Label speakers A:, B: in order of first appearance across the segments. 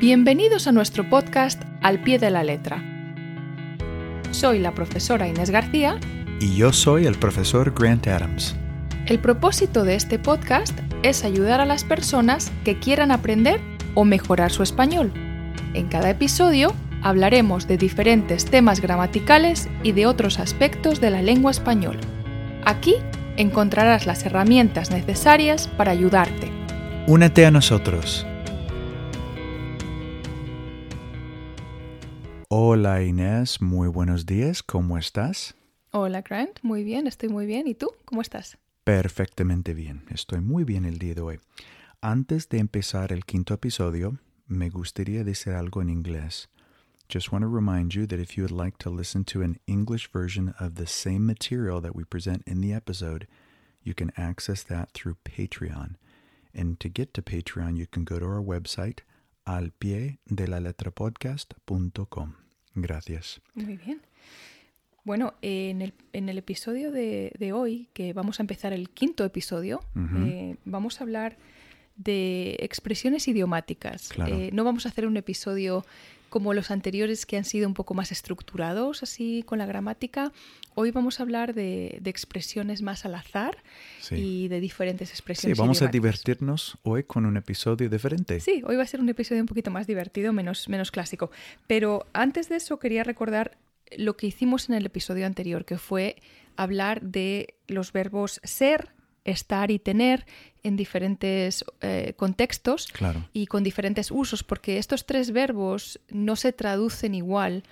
A: Bienvenidos a nuestro podcast Al pie de la letra. Soy la profesora Inés García.
B: Y yo soy el profesor Grant Adams.
A: El propósito de este podcast es ayudar a las personas que quieran aprender o mejorar su español. En cada episodio hablaremos de diferentes temas gramaticales y de otros aspectos de la lengua española. Aquí encontrarás las herramientas necesarias para ayudarte.
B: Únete a nosotros. Hola Inés, muy buenos días, ¿cómo estás?
A: Hola Grant, muy bien, estoy muy bien. ¿Y tú? ¿Cómo estás?
B: Perfectamente bien, estoy muy bien el día de hoy. Antes de empezar el quinto episodio, me gustaría decir algo en inglés. Just want to remind you that if you would like to listen to an English version of the same material that we present in the episode, you can access that through Patreon. And to get to Patreon, you can go to our website, alpiedelalaletrapodcast.com. Gracias.
A: Muy bien. Bueno, eh, en, el, en el episodio de, de hoy, que vamos a empezar el quinto episodio,
B: Ujú.
A: eh, vamos a hablar de expresiones idiomáticas.
B: Claro.
A: Eh, no vamos a hacer un episodio como los anteriores que han sido un poco más estructurados, así con la gramática. Hoy vamos a hablar de, de expresiones más al azar
B: Sí.
A: y de diferentes
B: Sí,
A: expresiones.
B: vamos a
A: idiomáticas.
B: divertirnos hoy con un episodio diferente.
A: Sí, hoy va a ser un episodio un poquito más divertido, menos, menos clásico. Pero antes de eso quería recordar lo que hicimos en el episodio anterior, que fue hablar de los verbos ser, estar y tener en diferentes eh, contextos
B: Claro.
A: y con diferentes usos, porque estos tres verbos no se traducen igual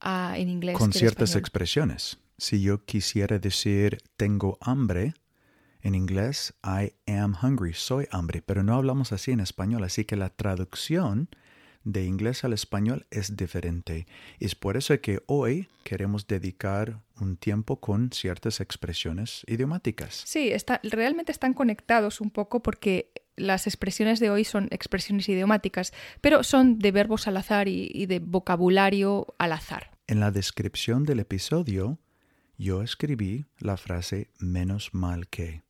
A: a- en inglés.
B: Con
A: que en
B: ciertas
A: español.
B: expresiones. Si yo quisiera decir tengo hambre, en inglés I am hungry, soy hambre, pero no hablamos así en español, así que la traducción de inglés al español es diferente. Es por eso que hoy queremos dedicar un tiempo con ciertas expresiones idiomáticas.
A: Sí, está, realmente están conectados un poco porque las expresiones de hoy son expresiones idiomáticas, pero son de verbos al azar y, y de vocabulario al azar.
B: En la descripción del episodio, yo escribí la frase menos mal que.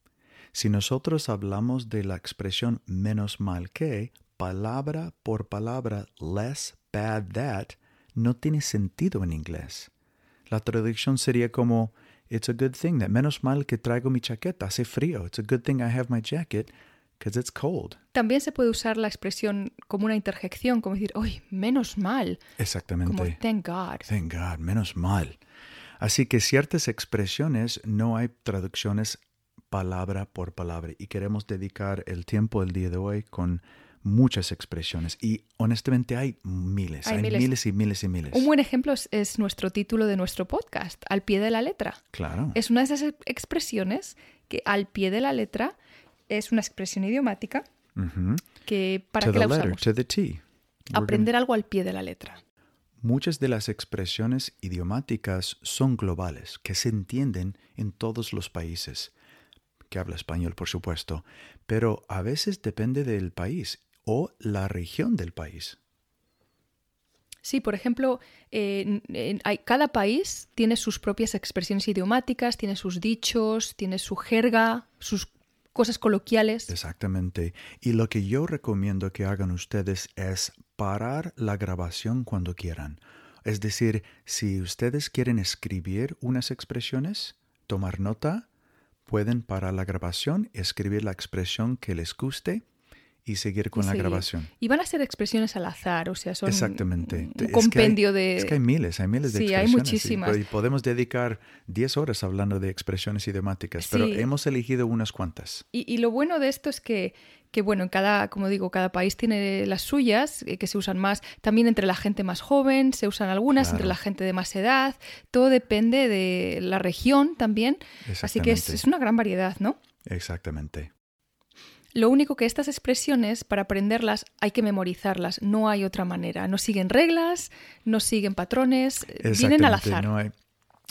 B: Si nosotros hablamos de la expresión menos mal que, palabra por palabra, less bad that, no tiene sentido en inglés. La traducción sería como, it's a good thing that menos mal que traigo mi chaqueta, hace frío, it's a good thing I have my jacket, because it's cold.
A: También se puede usar la expresión como una interjección, como decir, ¡ay, menos mal!
B: Exactamente.
A: Como thank God.
B: Thank God, menos mal. Así que ciertas expresiones no hay traducciones palabra por palabra y queremos dedicar el tiempo el día de hoy con muchas expresiones y honestamente hay miles,
A: Hay
B: hay,
A: miles.
B: miles. y miles y miles.
A: Un buen ejemplo es, es nuestro título de nuestro podcast, Al pie de la letra.
B: Claro.
A: Es una de esas expresiones que al pie de la letra es una expresión idiomática
B: Ujú.
A: que para
B: to
A: qué
B: the
A: la
B: letter,
A: usamos.
B: to the T. We're gonna-
A: Aprender algo al pie de la letra.
B: Muchas de las expresiones idiomáticas son globales, que se entienden en todos los países, que habla español por supuesto, pero a veces depende del país o la región del país.
A: Sí, por ejemplo, eh, n- en- hay- cada país tiene sus propias expresiones idiomáticas, tiene sus dichos, tiene su jerga, sus cosas coloquiales.
B: Exactamente. Y lo que yo recomiendo que hagan ustedes es parar la grabación cuando quieran. Es decir, si ustedes quieren escribir unas expresiones, tomar nota, pueden parar la grabación, escribir la expresión que les guste y seguir con
A: Y
B: la
A: seguir.
B: grabación.
A: Y van a ser expresiones al azar, o sea, son
B: Exactamente.
A: un
B: Es que hay-
A: compendio de...
B: Es que hay miles, hay miles de
A: Eh, Sí, hay
B: expresiones. y
A: muchísimas.
B: po- Y, podemos dedicar 10 horas hablando de expresiones idiomáticas, pero
A: Sí.
B: hemos elegido unas cuantas.
A: Y, y lo bueno de esto es que, que, bueno, en cada, como digo, cada país tiene las suyas, eh, que se usan más, también entre la gente más joven, se usan algunas, entre
B: Claro.
A: la gente de más edad, todo depende de la región también, así que es,
B: Exactamente.
A: es una gran variedad, ¿no?
B: Exactamente.
A: Lo único que estas expresiones, para aprenderlas, hay que memorizarlas, no hay otra manera, no siguen reglas, no siguen patrones, eh, vienen al
B: Exactamente,
A: azar.
B: No hay,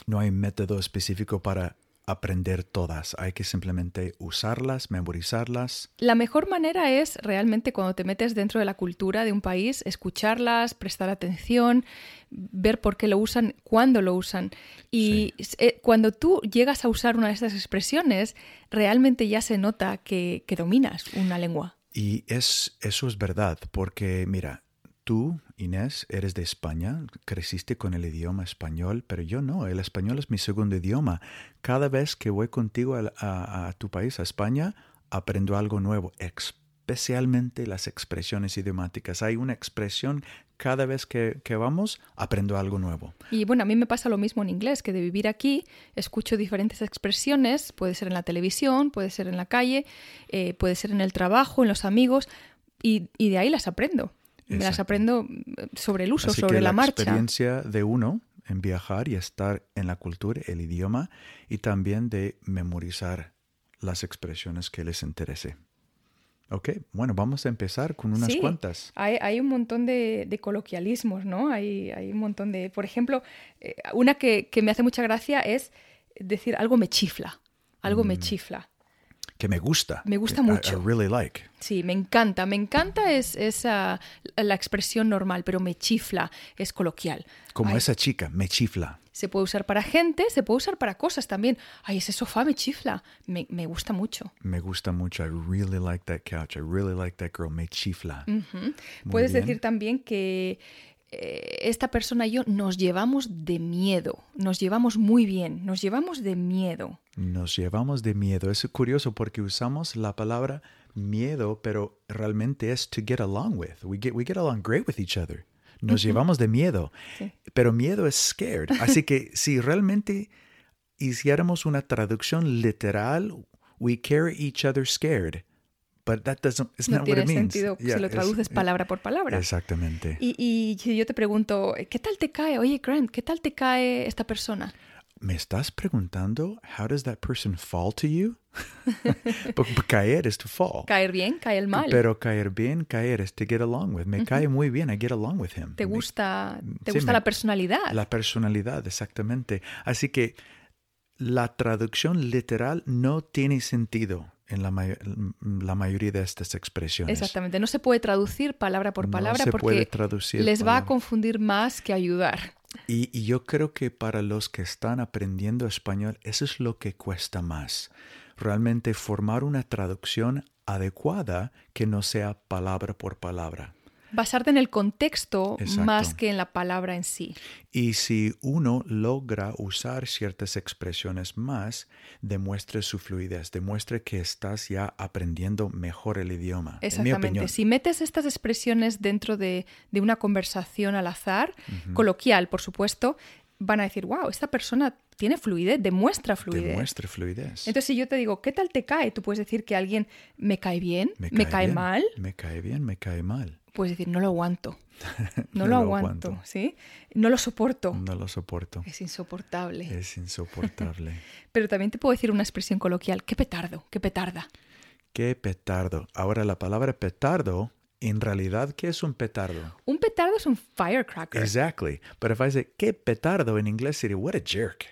B: no hay método específico para aprender todas. Hay que simplemente usarlas, memorizarlas.
A: La mejor manera es realmente cuando te metes dentro de la cultura de un país, escucharlas, prestar atención, ver por qué lo usan, cuándo lo usan. Y eh, cuando tú llegas a usar una de estas expresiones, realmente ya se nota que, que dominas una lengua.
B: Y es, eso es verdad, porque mira, Tú, Inés, eres de España, creciste con el idioma español, pero yo no, el español es mi segundo idioma. Cada vez que voy contigo a, a- a tu país, a España, aprendo algo nuevo, especialmente las expresiones idiomáticas. Hay una expresión, cada vez que, que vamos, aprendo algo nuevo.
A: Y bueno, a mí me pasa lo mismo en inglés, que de vivir aquí escucho diferentes expresiones, puede ser en la televisión, puede ser en la calle, eh, puede ser en el trabajo, en los amigos, y, y de ahí las aprendo. Me las
B: Exacto.
A: aprendo eh, sobre el uso,
B: Así
A: sobre
B: que
A: la,
B: la,
A: marcha.
B: experiencia de uno en viajar y estar en la cultura, el idioma y también de memorizar las expresiones que les interese. Ok, bueno, vamos a empezar con unas
A: Sí.
B: cuantas.
A: Hay, hay un montón de, de coloquialismos, ¿no? Hay, hay un montón de... Por ejemplo, eh, una que, que me hace mucha gracia es decir algo me chifla, algo
B: Mm.
A: me chifla.
B: Que me gusta.
A: Me gusta
B: I-
A: mucho.
B: I really like.
A: Sí, me encanta, me encanta es esa la expresión normal, pero me chifla, es coloquial.
B: Como
A: Ay,
B: esa chica, me chifla.
A: Se puede usar para gente, se puede usar para cosas también. Ay, ese sofá me chifla, me, me gusta mucho.
B: Me gusta mucho. I really like that couch. I really like that girl. Me chifla.
A: Ujú. Puedes
B: bien.
A: decir también que eh, esta persona y yo nos llevamos de miedo, nos llevamos muy bien, nos llevamos de miedo.
B: Nos llevamos de miedo. Es curioso porque usamos la palabra miedo, pero realmente es to get along with. We get, we get along great with each other. Nos llevamos de miedo,
A: Sí.
B: pero miedo es scared. Así que si realmente hiciéramos una traducción literal, we carry each other scared. But that doesn't, it's
A: No
B: not
A: tiene
B: what it means.
A: sentido
B: Yeah,
A: si lo
B: es-
A: traduces palabra por palabra.
B: Exactamente.
A: Y, y si yo te pregunto, ¿qué tal te cae? Oye, Grant, ¿qué tal te cae esta persona?
B: ¿Me estás preguntando how does that person fall to you? Porque caer es to fall.
A: Caer bien, cae el mal.
B: Pero caer bien, caer es to get along with. Me cae muy bien, I get along with him.
A: te
B: Me-
A: gusta, te
B: Sí,
A: gusta
B: me-
A: la personalidad.
B: La personalidad, exactamente. Así que la traducción literal no tiene sentido en la, may- la mayoría de estas expresiones.
A: Exactamente. No se puede traducir palabra por
B: No
A: palabra
B: se puede
A: porque
B: traducir
A: les va a
B: palabra.
A: confundir más que ayudar.
B: Y, y yo creo que para los que están aprendiendo español, eso es lo que cuesta más. Realmente formar una traducción adecuada que no sea palabra por palabra.
A: Basarte en el contexto
B: Exacto.
A: más que en la palabra en sí.
B: Y si uno logra usar ciertas expresiones más, demuestre su fluidez, demuestre que estás ya aprendiendo mejor el idioma. en mi
A: Exactamente.
B: opinión.
A: Si metes estas expresiones dentro de, de una conversación al azar, coloquial, por supuesto, van a decir, wow, esta persona tiene fluidez, demuestra fluidez.
B: Demuestre fluidez.
A: Entonces, si yo te digo, ¿qué tal te cae? Tú puedes decir que alguien me cae bien, me cae,
B: bien,
A: mal,
B: Me cae bien, me cae mal.
A: puedes decir, no lo aguanto. No,
B: No
A: lo
B: lo
A: aguanto,
B: aguanto. Mm.
A: ¿sí? No lo soporto.
B: No lo soporto.
A: Es insoportable.
B: Es insoportable.
A: Pero también te puedo decir una expresión coloquial. ¡Qué petardo! ¡Qué petarda!
B: Qué petardo. Ahora la palabra petardo, en realidad, ¿qué es un petardo?
A: Un petardo es un firecracker.
B: Exactly. But if I say qué petardo en inglés sería what a jerk.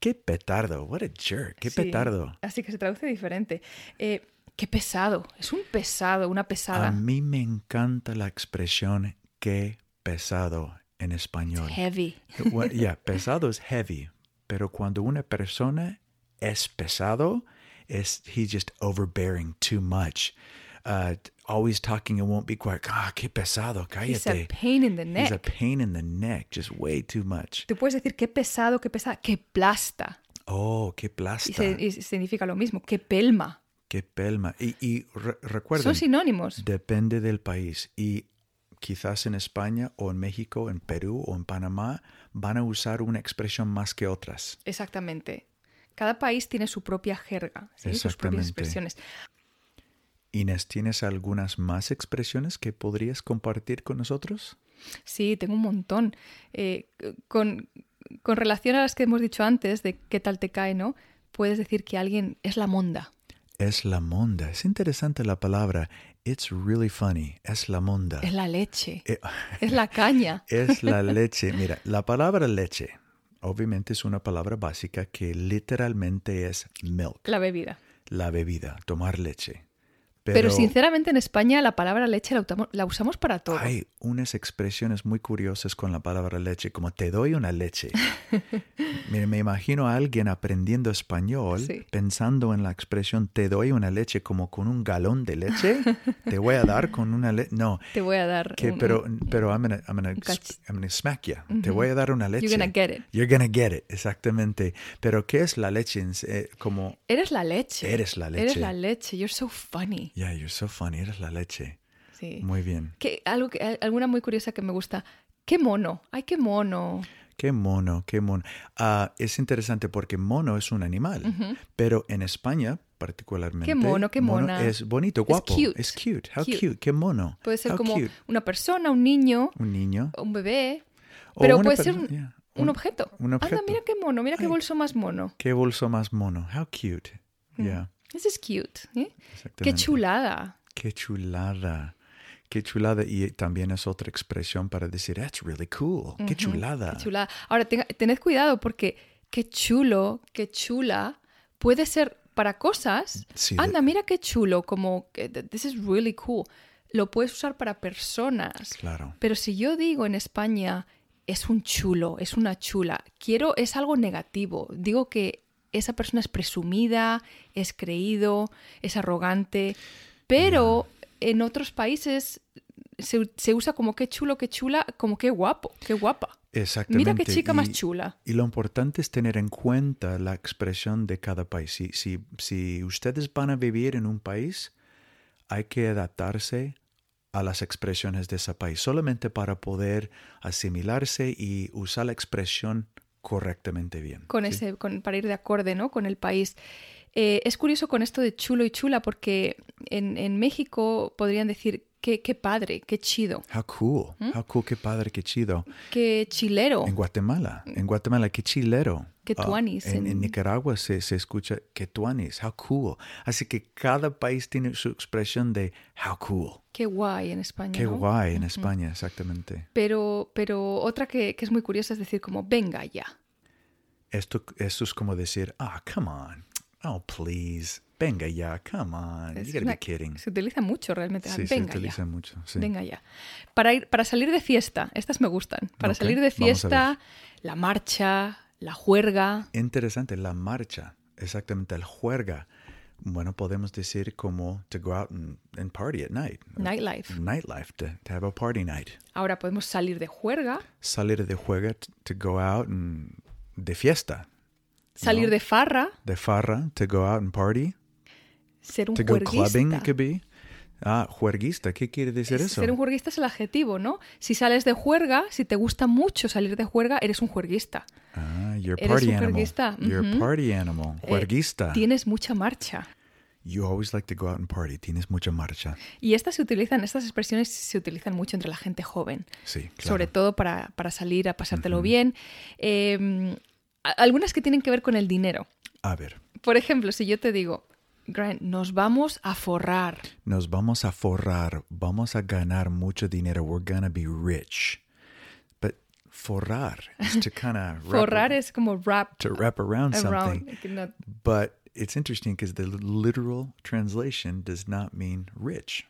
B: Qué petardo, what a jerk, qué
A: Sí,
B: petardo.
A: Así que se traduce diferente. Eh, ¡Qué pesado! Es un pesado, una pesada.
B: A mí me encanta la expresión qué pesado en español.
A: Heavy.
B: Well, yeah, pesado es heavy, pero cuando una persona es pesado, es he's just overbearing too much. Uh, always talking and won't be quiet. Ah, qué pesado,
A: He's a
B: cállate.
A: pain in the neck.
B: He's a pain in the neck, just way too much.
A: Tú puedes decir qué pesado, qué pesada, qué plasta.
B: Oh, qué
A: Y,
B: plasta,
A: se- y significa lo mismo. ¡Qué pelma!
B: qué pelma. Y, y re- recuerden,
A: Son sinónimos.
B: depende del país. Y quizás en España o en México, en Perú o en Panamá van a usar una expresión más que otras.
A: Exactamente. Cada país tiene su propia jerga, ¿sí? sus propias
B: Exactamente.
A: expresiones.
B: Inés, ¿tienes algunas más expresiones que podrías compartir con nosotros?
A: Sí, tengo un montón. Eh, c- con, con relación a las que hemos dicho antes de qué tal te cae, ¿no? Puedes decir que alguien es la monda.
B: Es la monda. Es interesante la palabra. It's really funny. Es la monda.
A: Es la leche.
B: Eh,
A: Es la caña.
B: Es la leche. Mira, la palabra leche obviamente es una palabra básica que literalmente es milk,
A: La bebida.
B: la bebida, tomar leche.
A: Pero, sinceramente en España la palabra leche la, utamo- la usamos para todo.
B: Hay unas expresiones muy curiosas con la palabra leche, como te doy una leche. Mira, me imagino a alguien aprendiendo español
A: Sí.
B: pensando en la expresión te doy una leche como con un galón de leche. te voy a dar con una leche. No,
A: Te voy a dar.
B: que,
A: un-
B: pero, pero I'm gonna, I'm gonna
A: cach-
B: sp- I'm gonna smack you. Te voy a dar una leche.
A: You're gonna get it.
B: You're gonna get it, exactamente. Pero ¿qué es la leche? en sí? Eh, Como,
A: Eres la leche.
B: Eres la
A: Eres
B: leche.
A: la leche. You're so funny.
B: yeah, you're so funny, eres la leche.
A: Sí.
B: Muy bien.
A: Que, algo que- al- alguna muy curiosa que me gusta. Qué mono. Ay, qué mono.
B: Qué mono, qué mono. Ah, es interesante porque mono es un animal, pero en España particularmente.
A: Qué mono, qué mona.
B: es bonito, guapo.
A: cute.
B: Es cute. How
A: Cute. Pues
B: cute. Qué mono.
A: Puede ser
B: How
A: como
B: cute.
A: una persona, un niño,
B: un niño.
A: un bebé.
B: O
A: Pero
B: una
A: puede
B: per-
A: ser un,
B: yeah,
A: un
B: un-
A: objeto.
B: un objeto.
A: Anda, mira qué mono. Mira qué
B: Ay.
A: bolso más mono.
B: Qué bolso más mono. How cute. Yeah,
A: This is cute. ¿eh? Mm. Qué
B: exactamente.
A: chulada.
B: Qué chulada. Qué chulada. Y también es otra expresión para decir, that's really cool. Qué chulada.
A: Qué chulada. Ahora, tenga- tened cuidado porque qué chulo, qué chula puede ser para cosas.
B: Sí, de-
A: Anda, mira qué chulo, como que th- this is really cool. Lo puedes usar para personas.
B: Claro.
A: Pero si yo digo en España es un chulo, es una chula, quiero es algo negativo. Digo que esa persona es presumida, es creído, es arrogante, pero en otros países se, se usa como qué chulo, qué chula, como qué guapo, qué guapa.
B: Exactamente.
A: Mira qué chica más
B: Y-
A: chula.
B: Y lo importante es tener en cuenta la expresión de cada país. Si, si, si ustedes van a vivir en un país, hay que adaptarse a las expresiones de ese país, solamente para poder asimilarse y usar la expresión correctamente bien.
A: con
B: ¿sí?
A: ese, con- para ir de acorde, ¿no? Con el país. Eh, es curioso con esto de chulo y chula, porque en, en México podrían decir qué, qué padre, qué chido,
B: How cool,
A: ¿Mm?
B: how cool, qué padre, qué chido.
A: qué chilero.
B: En Guatemala, en Guatemala, qué chilero.
A: Oh. Qué
B: Ah,
A: tuanis,
B: en, en
A: en-
B: Nicaragua se, se escucha que tuanis, how cool. Así que cada país tiene su expresión de how cool.
A: Qué guay en España.
B: Qué
A: ¿no?
B: guay en España, exactamente.
A: Pero, pero otra que, que es muy curiosa es decir como venga ya.
B: Esto, esto es como decir, ah, come on, oh, please, venga ya, come on,
A: Es
B: you gotta
A: una-
B: be kidding.
A: Se utiliza mucho realmente. ah,
B: Mm. Sí, se
A: venga
B: utiliza
A: ya.
B: mucho. sí.
A: Venga ya. Para, ir, para salir de fiesta, estas me gustan. Para
B: Ok,
A: salir de
B: vamos a ver.
A: fiesta, la marcha, la juerga.
B: Interesante, la marcha, exactamente, el juerga. Bueno, podemos decir como to go out and, and party at night.
A: Nightlife.
B: Mm. Nightlife, to, to have a party night.
A: Ahora podemos salir de juerga,
B: Salir de juerga, t- to go out and de fiesta.
A: salir de farra,
B: De farra, to go out and party.
A: ser un
B: To go
A: juerguista.
B: clubbing, it could be. Ah, juerguista, ¿qué quiere decir
A: Es-
B: eso?
A: Ser un juerguista es el adjetivo, ¿no? Si sales de juerga, si te gusta mucho salir de juerga, eres un juerguista.
B: Ah, you're a
A: Eres
B: party
A: un
B: animal.
A: juerguista,
B: You're a
A: ujú.
B: party animal.
A: Eh,
B: Juerguista.
A: Tienes mucha marcha.
B: you always like to go out and party. Tienes mucha marcha.
A: Y estas se utilizan, estas expresiones se utilizan mucho entre la gente joven,
B: Sí, claro.
A: sobre todo para, para salir a pasártelo bien. Eh, a- algunas que tienen que ver con el dinero.
B: A ver,
A: Por ejemplo, si yo te digo, Grant, nos vamos a forrar.
B: nos vamos a forrar. Vamos a ganar mucho dinero. We're gonna be rich. But forrar is to kind of
A: Forrar es como wrap
B: to wrap around something.
A: around. que no-
B: But it's interesting because the literal translation does not mean rich.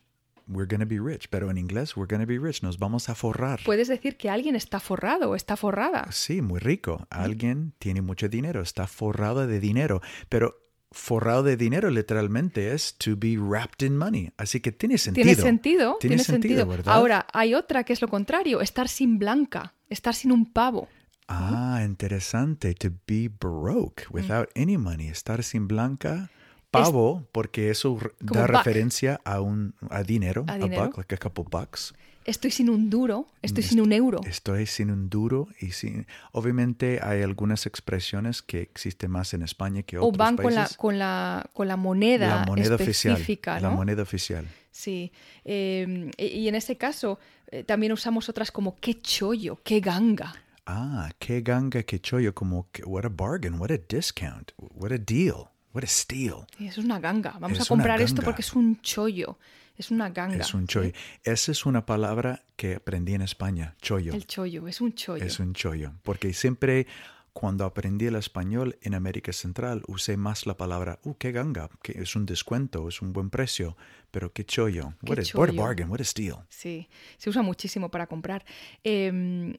B: We're gonna be rich. Pero en inglés, we're gonna be rich. Nos vamos a forrar.
A: Puedes decir que alguien está forrado o está forrada.
B: Sí, muy
A: Mm.
B: rico. Alguien tiene mucho dinero, está forrado de dinero, pero forrado de dinero literalmente es to be wrapped in money. Así que tiene sentido.
A: Tiene sentido,
B: Tiene sentido, ¿verdad?
A: Ahora, hay otra que es lo contrario, estar sin blanca, estar sin un pavo.
B: Ah, interesante. To be broke
A: Mm.
B: without any money. Estar sin blanca. Pavo, porque eso r-
A: Como
B: da
A: buck.
B: referencia a un a dinero,
A: A
B: a,
A: dinero.
B: buck, like a couple bucks.
A: Estoy sin un duro, estoy sin un euro.
B: Estoy sin un duro y sin. Obviamente hay algunas expresiones que existen más en España que
A: O
B: otros
A: van con la,
B: países.
A: con, la, con la moneda,
B: la moneda oficial.
A: específica,
B: La
A: ¿no?
B: moneda oficial.
A: Sí. eh, y- y en ese caso eh, también usamos otras como qué chollo, qué ganga.
B: Ah, qué ganga, qué chollo, como que- what a bargain, what a discount, what a deal, what a steal.
A: Eso es una ganga. Vamos
B: Es
A: a comprar
B: una
A: esto
B: ganga.
A: porque es un chollo, es una ganga.
B: Es un chollo. Esa es una palabra que aprendí en España, chollo.
A: El chollo, es un chollo.
B: Es un chollo, porque siempre Cuando aprendí el español en América Central usé más la palabra, uh, qué ganga, que es un descuento, es un buen precio, pero qué chollo,
A: Qué
B: what, a- what a
A: chollo.
B: bargain, what a steal.
A: Sí, se usa muchísimo para comprar. Eh,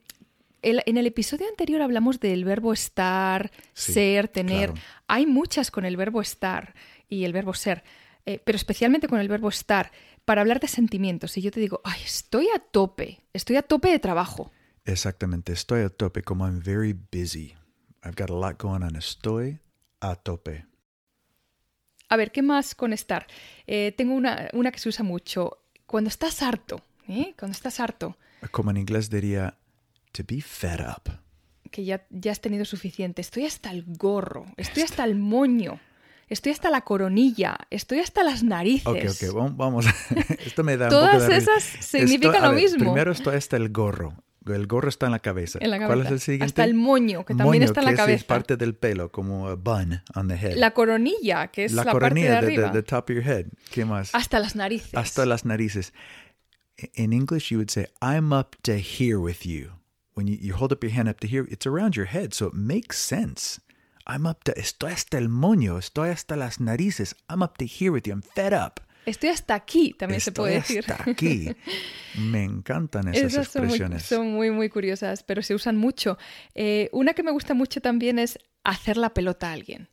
A: el- en el episodio anterior hablamos del verbo estar,
B: Sí,
A: ser, tener.
B: claro.
A: Hay muchas con el verbo estar y el verbo ser, eh, pero especialmente con el verbo estar, para hablar de sentimientos. Si yo te digo, ay, estoy a tope, estoy a tope de trabajo.
B: Exactamente, estoy a tope, como I'm very busy. I've got a lot going on, estoy a tope.
A: A ver, ¿qué más con estar? Eh, tengo una, una que se usa mucho. Cuando estás harto, ¿eh? Cuando estás harto,
B: Como en inglés diría, to be fed up.
A: que ya, ya has tenido suficiente. Estoy hasta el gorro, estoy hasta el moño, estoy hasta la coronilla, estoy hasta las narices.
B: Ok, ok, vam- vamos. Esto me da un
A: Todas
B: poco de risa.
A: esas significan
B: Estoy- a
A: lo
B: ver,
A: mismo.
B: Primero estoy hasta el gorro. El gorro está en la cabeza.
A: en la
B: ¿Cuál es
A: cabeza.
B: el siguiente?
A: Hasta el moño, que también
B: Moño,
A: está en la
B: que ese
A: cabeza.
B: Es parte del pelo, como a bun on the head.
A: La coronilla, que es la,
B: coronilla
A: parte de
B: the- the-
A: arriba.
B: the top of your head. ¿Qué más?
A: Hasta las narices.
B: Hasta las narices. In English, you would say, I'm up to here with you. When you, you hold up your hand up to here, it's around your head, so it makes sense. I'm up to, estoy hasta el moño, estoy hasta las narices, I'm up to here with you, I'm fed up.
A: Estoy hasta aquí, también se puede
B: Estoy
A: decir.
B: hasta aquí. Me encantan esas
A: Esas son muy,
B: expresiones.
A: son muy, muy curiosas, pero se usan mucho. Eh, una que me gusta mucho también es hacer la pelota a alguien.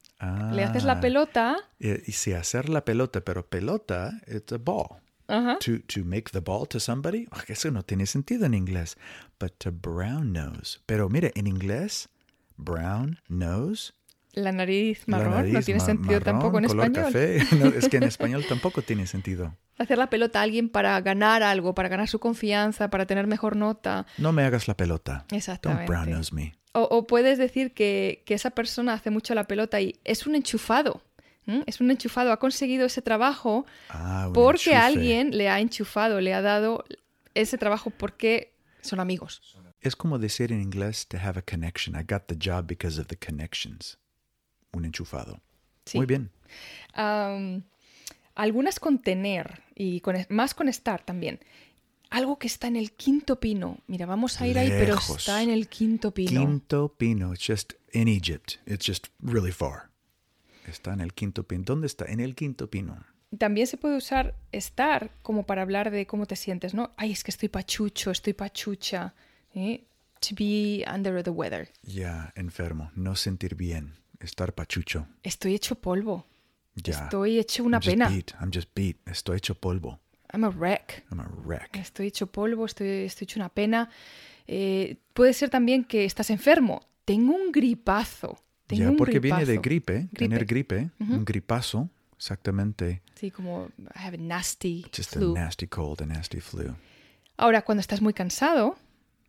A: Le haces la
B: Ah,
A: pelota.
B: Y, y si hacer la pelota, pero pelota, it's a ball.
A: Ajá.
B: To, to make the ball to somebody, ah, que eso no tiene sentido en inglés. But to brown nose. Pero mire, en inglés, brown nose.
A: La nariz
B: la
A: marrón no
B: nariz
A: tiene
B: ma-
A: sentido
B: marrón,
A: tampoco en
B: color
A: español.
B: Café. No, es que en español tampoco tiene sentido.
A: Hacer la pelota a alguien para ganar algo, para ganar su confianza, para tener mejor nota.
B: No me hagas la pelota. Don't brown
A: Exactamente.
B: nose me.
A: O, o puedes decir que, que esa persona hace mucho la pelota y es un enchufado. ¿m? Es un enchufado, ha conseguido ese trabajo
B: Ah, un
A: porque
B: enchufe.
A: alguien le ha enchufado, le ha dado ese trabajo porque son amigos.
B: Es como decir en inglés to have a connection. I got the job because of the connections. Un enchufado.
A: Sí.
B: Muy bien.
A: Am, algunas con tener y con, más con estar también. Algo que está en el quinto pino. Mira, vamos a ir ahí, pero
B: Lejos.
A: está en el quinto pino.
B: Quinto Pino. It's just in Egypt. It's just really far. Está en el Quinto Pino. ¿Dónde está? En el Quinto Pino.
A: También se puede usar estar como para hablar de cómo te sientes, ¿no? Ay, es que estoy pachucho, estoy pachucha. ¿eh? To be under the weather.
B: Ya, enfermo. No sentir bien. Estar pachucho.
A: Estoy hecho polvo.
B: Ya.
A: Estoy hecho una
B: I'm just
A: pena.
B: Beat. I'm just beat. Estoy hecho polvo.
A: I'm a wreck.
B: I'm a wreck.
A: Estoy hecho polvo, estoy, estoy hecho una pena. Eh, puede ser también que estás enfermo. Tengo un gripazo. Tengo
B: ya,
A: un
B: porque viene de
A: gripazo.
B: gripe, eh. tener gripe,
A: Ujú.
B: un gripazo, exactamente.
A: Sí, como I have a nasty
B: Just
A: flu.
B: a nasty cold, a nasty flu.
A: Ahora, cuando estás muy cansado,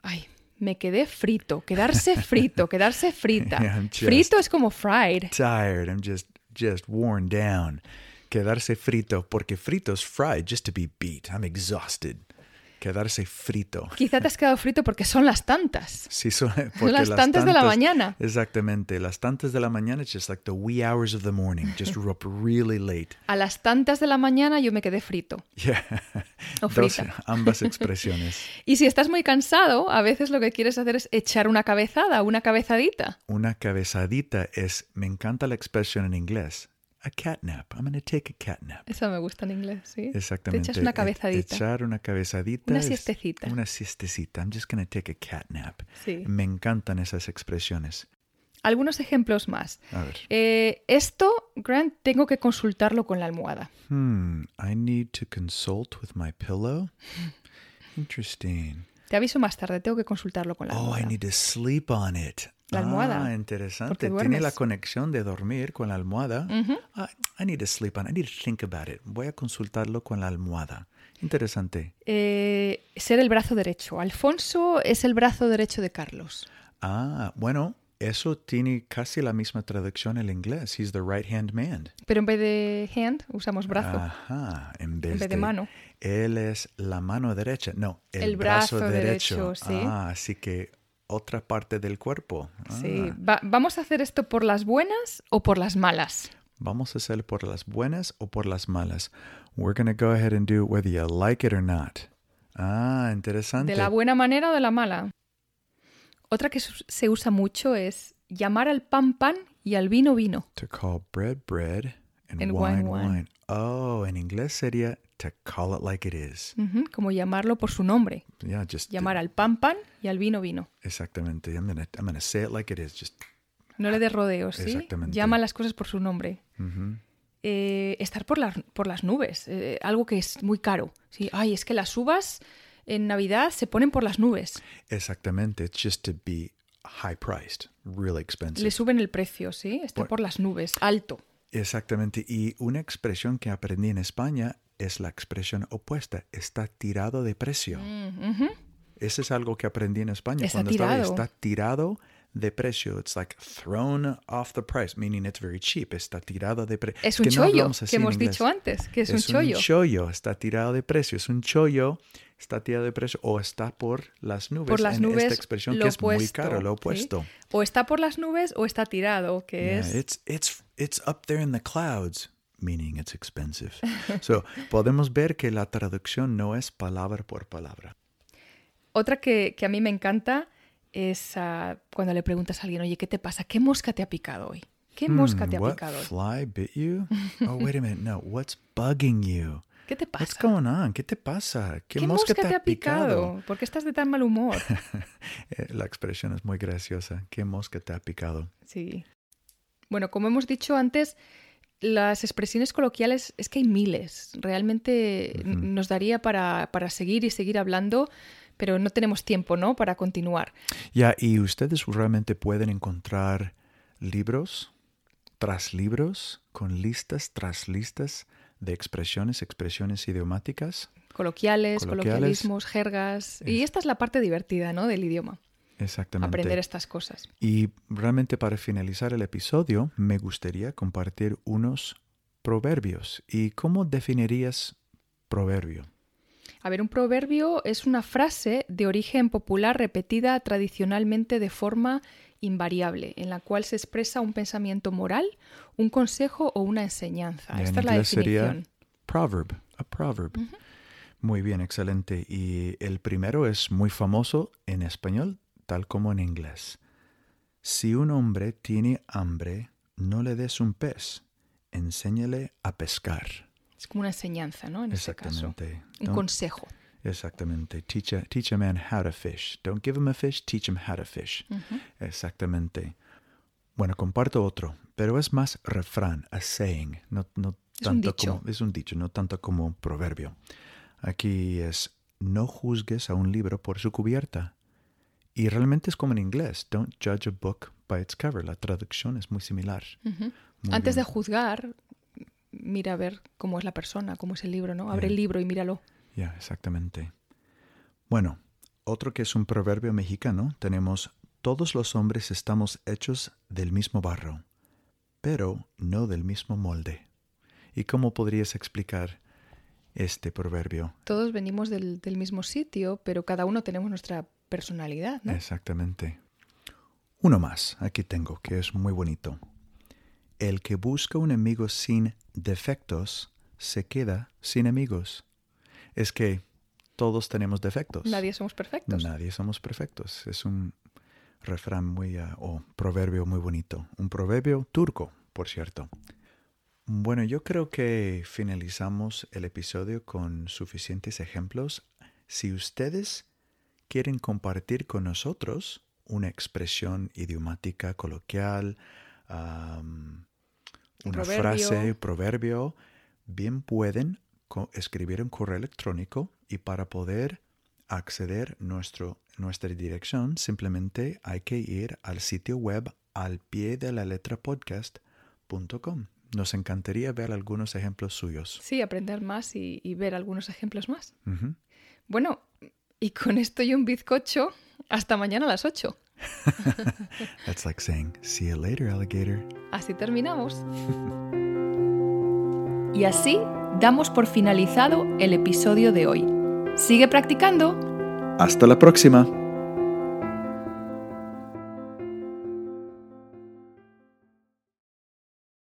A: ay, me quedé frito. Quedarse frito, quedarse frita.
B: I'm just-
A: Frito es como fried.
B: tired. I'm just just worn down. Quedarse frito porque frito's fried just to be beat. I'm exhausted. Quedarse frito.
A: Quizá te has quedado frito porque son las tantas.
B: Sí, so- porque
A: las tantas de la mañana.
B: Exactamente, las tantas de la mañana it's just like the wee hours of the morning. Just we're up really late.
A: A las tantas de la mañana yo me quedé frito.
B: Yeah.
A: O
B: Dos-
A: frita.
B: ambas expresiones.
A: Y si estás muy cansado, a veces lo que quieres hacer es echar una cabezada, una cabezadita.
B: Una cabezadita es me encanta la expresión en inglés. A cat nap. I'm going to take a cat nap.
A: Eso me gusta en inglés, ¿sí?
B: Exactamente.
A: Te echas una
B: E-
A: cabezadita.
B: Echar una cabezadita.
A: Una
B: es
A: siestecita.
B: Una siestecita. I'm just going to take a cat nap.
A: Sí.
B: Me encantan esas expresiones.
A: Algunos ejemplos más.
B: A ver.
A: Eh, esto, Grant, tengo que consultarlo con la almohada.
B: Hmm, I need to consult with my pillow. Interesting.
A: Te aviso más tarde, tengo que consultarlo con la
B: Oh, I
A: almohada.
B: need to sleep on it.
A: La almohada.
B: Ah, interesante.
A: Porque
B: Tiene la
A: duermes. Mm.
B: conexión de dormir con la almohada.
A: Ujú.
B: Ah, I need to sleep on it. I need to think about it. Voy a consultarlo con la almohada. Interesante.
A: Eh, ser el brazo derecho. Alfonso es el brazo derecho de Carlos.
B: Ah, bueno, eso tiene casi la misma traducción en inglés. He's the right hand man.
A: Pero en vez de hand, usamos brazo.
B: Ajá, en vez,
A: en vez de mano.
B: Él es la mano derecha. No, el,
A: El
B: brazo,
A: brazo
B: derecho.
A: derecho, sí.
B: Ah, así que otra parte del cuerpo. Ah,
A: Sí. Va- ¿Vamos a hacer esto por las buenas o por las malas?
B: Vamos a hacer por las buenas o por las malas. We're going to go ahead and do it whether you like it or not. Ah, interesante.
A: ¿De la buena manera o de la mala? Otra que su- se usa mucho es llamar al pan pan y al vino vino.
B: To call bread bread and,
A: And wine,
B: wine, wine
A: wine.
B: Oh, en inglés sería to call it like it is.
A: Ujú, como llamarlo por su nombre.
B: Yeah, just
A: Llamar al pan pan y al vino vino.
B: exactamente. I'm gonna I'm gonna say it like it is. Just
A: No le des rodeos, ¿sí?
B: Exactamente.
A: Llama las cosas por su nombre.
B: ujú.
A: Eh, estar por las, por las nubes, eh, algo que es muy caro. ¿sí? Ay, es que las uvas en Navidad se ponen por las nubes.
B: exactamente. It's just to be high priced, really expensive.
A: Le suben el precio, ¿sí? Está
B: Bueno.
A: por las nubes, alto.
B: Exactamente. Y una expresión que aprendí en España es la expresión opuesta. Está tirado de precio. Ese es algo que aprendí en España
A: Mm. Está
B: cuando estaba.
A: tirado.
B: Está tirado de precio. It's like thrown off the price, meaning it's very cheap. Está tirado de precio.
A: Es un chollo, que hemos dicho antes, que es, un chollo.
B: chollo, está tirado de precio. Es un chollo, está tirado de precio o está por las nubes.
A: por las
B: en
A: nubes,
B: Esta expresión
A: lo
B: que es muy
A: opuesto,
B: caro, lo
A: ¿sí?
B: opuesto.
A: O está por las nubes o está tirado, que
B: Yeah,
A: es...
B: it's it's it's up there in the clouds, meaning it's expensive. so, podemos ver que la traducción no es palabra por palabra.
A: Otra que, que a mí me encanta es ah, cuando le preguntas a alguien, oye, ¿qué te pasa? ¿Qué mosca te ha picado hoy? ¿Qué mosca te ha
B: Hmm, what
A: picado hoy?
B: fly bit you? Oh, wait a minute. No, what's bugging you?
A: ¿Qué te
B: What's
A: pasa?
B: going on? ¿Qué te pasa? ¿Qué,
A: ¿Qué mosca te ha picado? ¿Por qué estás de tan mal humor?
B: Eh, La expresión es muy graciosa. ¿Qué mosca te ha picado?
A: Sí. Bueno, como hemos dicho antes, las expresiones coloquiales es que hay miles. Realmente n- nos daría para, para seguir y seguir hablando, pero no tenemos tiempo, ¿no? Para continuar.
B: Ya, y ustedes realmente pueden encontrar libros tras libros con listas tras listas de expresiones, expresiones idiomáticas.
A: Coloquiales,
B: Coloquiales.
A: coloquialismos, jergas. Y esta es la parte divertida, ¿no? Del idioma.
B: Exactamente.
A: Aprender estas cosas.
B: Y realmente para finalizar el episodio, me gustaría compartir unos proverbios. ¿Y cómo definirías proverbio?
A: A ver, un proverbio es una frase de origen popular repetida tradicionalmente de forma invariable, en la cual se expresa un pensamiento moral, un consejo o una enseñanza.
B: Ya, en
A: Esta es la
B: inglés sería
A: definición.
B: proverb, a proverb. Muy bien, excelente. Y el primero es muy famoso en español, tal como en inglés. Si un hombre tiene hambre, no le des un pez, enséñale a pescar.
A: Es como una enseñanza, ¿no? En este caso.
B: Exactamente.
A: Un
B: Don't-
A: consejo.
B: Exactamente. Teach a, teach a man how to fish. Don't give him a fish, teach him how to fish. Exactamente. Bueno, comparto otro, pero es más refrán, a saying, no, no
A: Es un
B: tanto
A: dicho.
B: como es un dicho, no tanto como un proverbio. Aquí es no juzgues a un libro por su cubierta. Y realmente es como en inglés, don't judge a book by its cover. La traducción es muy similar. Muy
A: Antes
B: bien.
A: de juzgar, mira a ver cómo es la persona, cómo es el libro, ¿no? Abre el libro y míralo.
B: Ya, exactamente. Bueno, otro que es un proverbio mexicano, tenemos, todos los hombres estamos hechos del mismo barro, pero no del mismo molde. ¿Y cómo podrías explicar este proverbio?
A: Todos venimos del, del mismo sitio, pero cada uno tenemos nuestra personalidad, ¿no?
B: Exactamente. Uno más, aquí tengo, que es muy bonito. El que busca un amigo sin defectos se queda sin amigos. Es que todos tenemos defectos.
A: Nadie somos perfectos.
B: Nadie somos perfectos. Es un refrán muy, ah, o proverbio muy bonito. Un proverbio turco, por cierto. Bueno, yo creo que finalizamos el episodio con suficientes ejemplos. Si ustedes quieren compartir con nosotros una expresión idiomática, coloquial, am, una
A: Proverbio.
B: frase, proverbio, bien pueden co- escribir un correo electrónico y para poder acceder nuestro, nuestra dirección simplemente hay que ir al sitio web al pie de la letra podcast.com. Nos encantaría ver algunos ejemplos suyos.
A: Sí, aprender más y- y ver algunos ejemplos más.
B: Ujú.
A: Bueno, y con esto y un bizcocho, hasta mañana a las 8.
B: That's like saying, see you later, alligator.
A: Así terminamos. Y así damos por finalizado el episodio de hoy. Sigue practicando.
B: Hasta la próxima.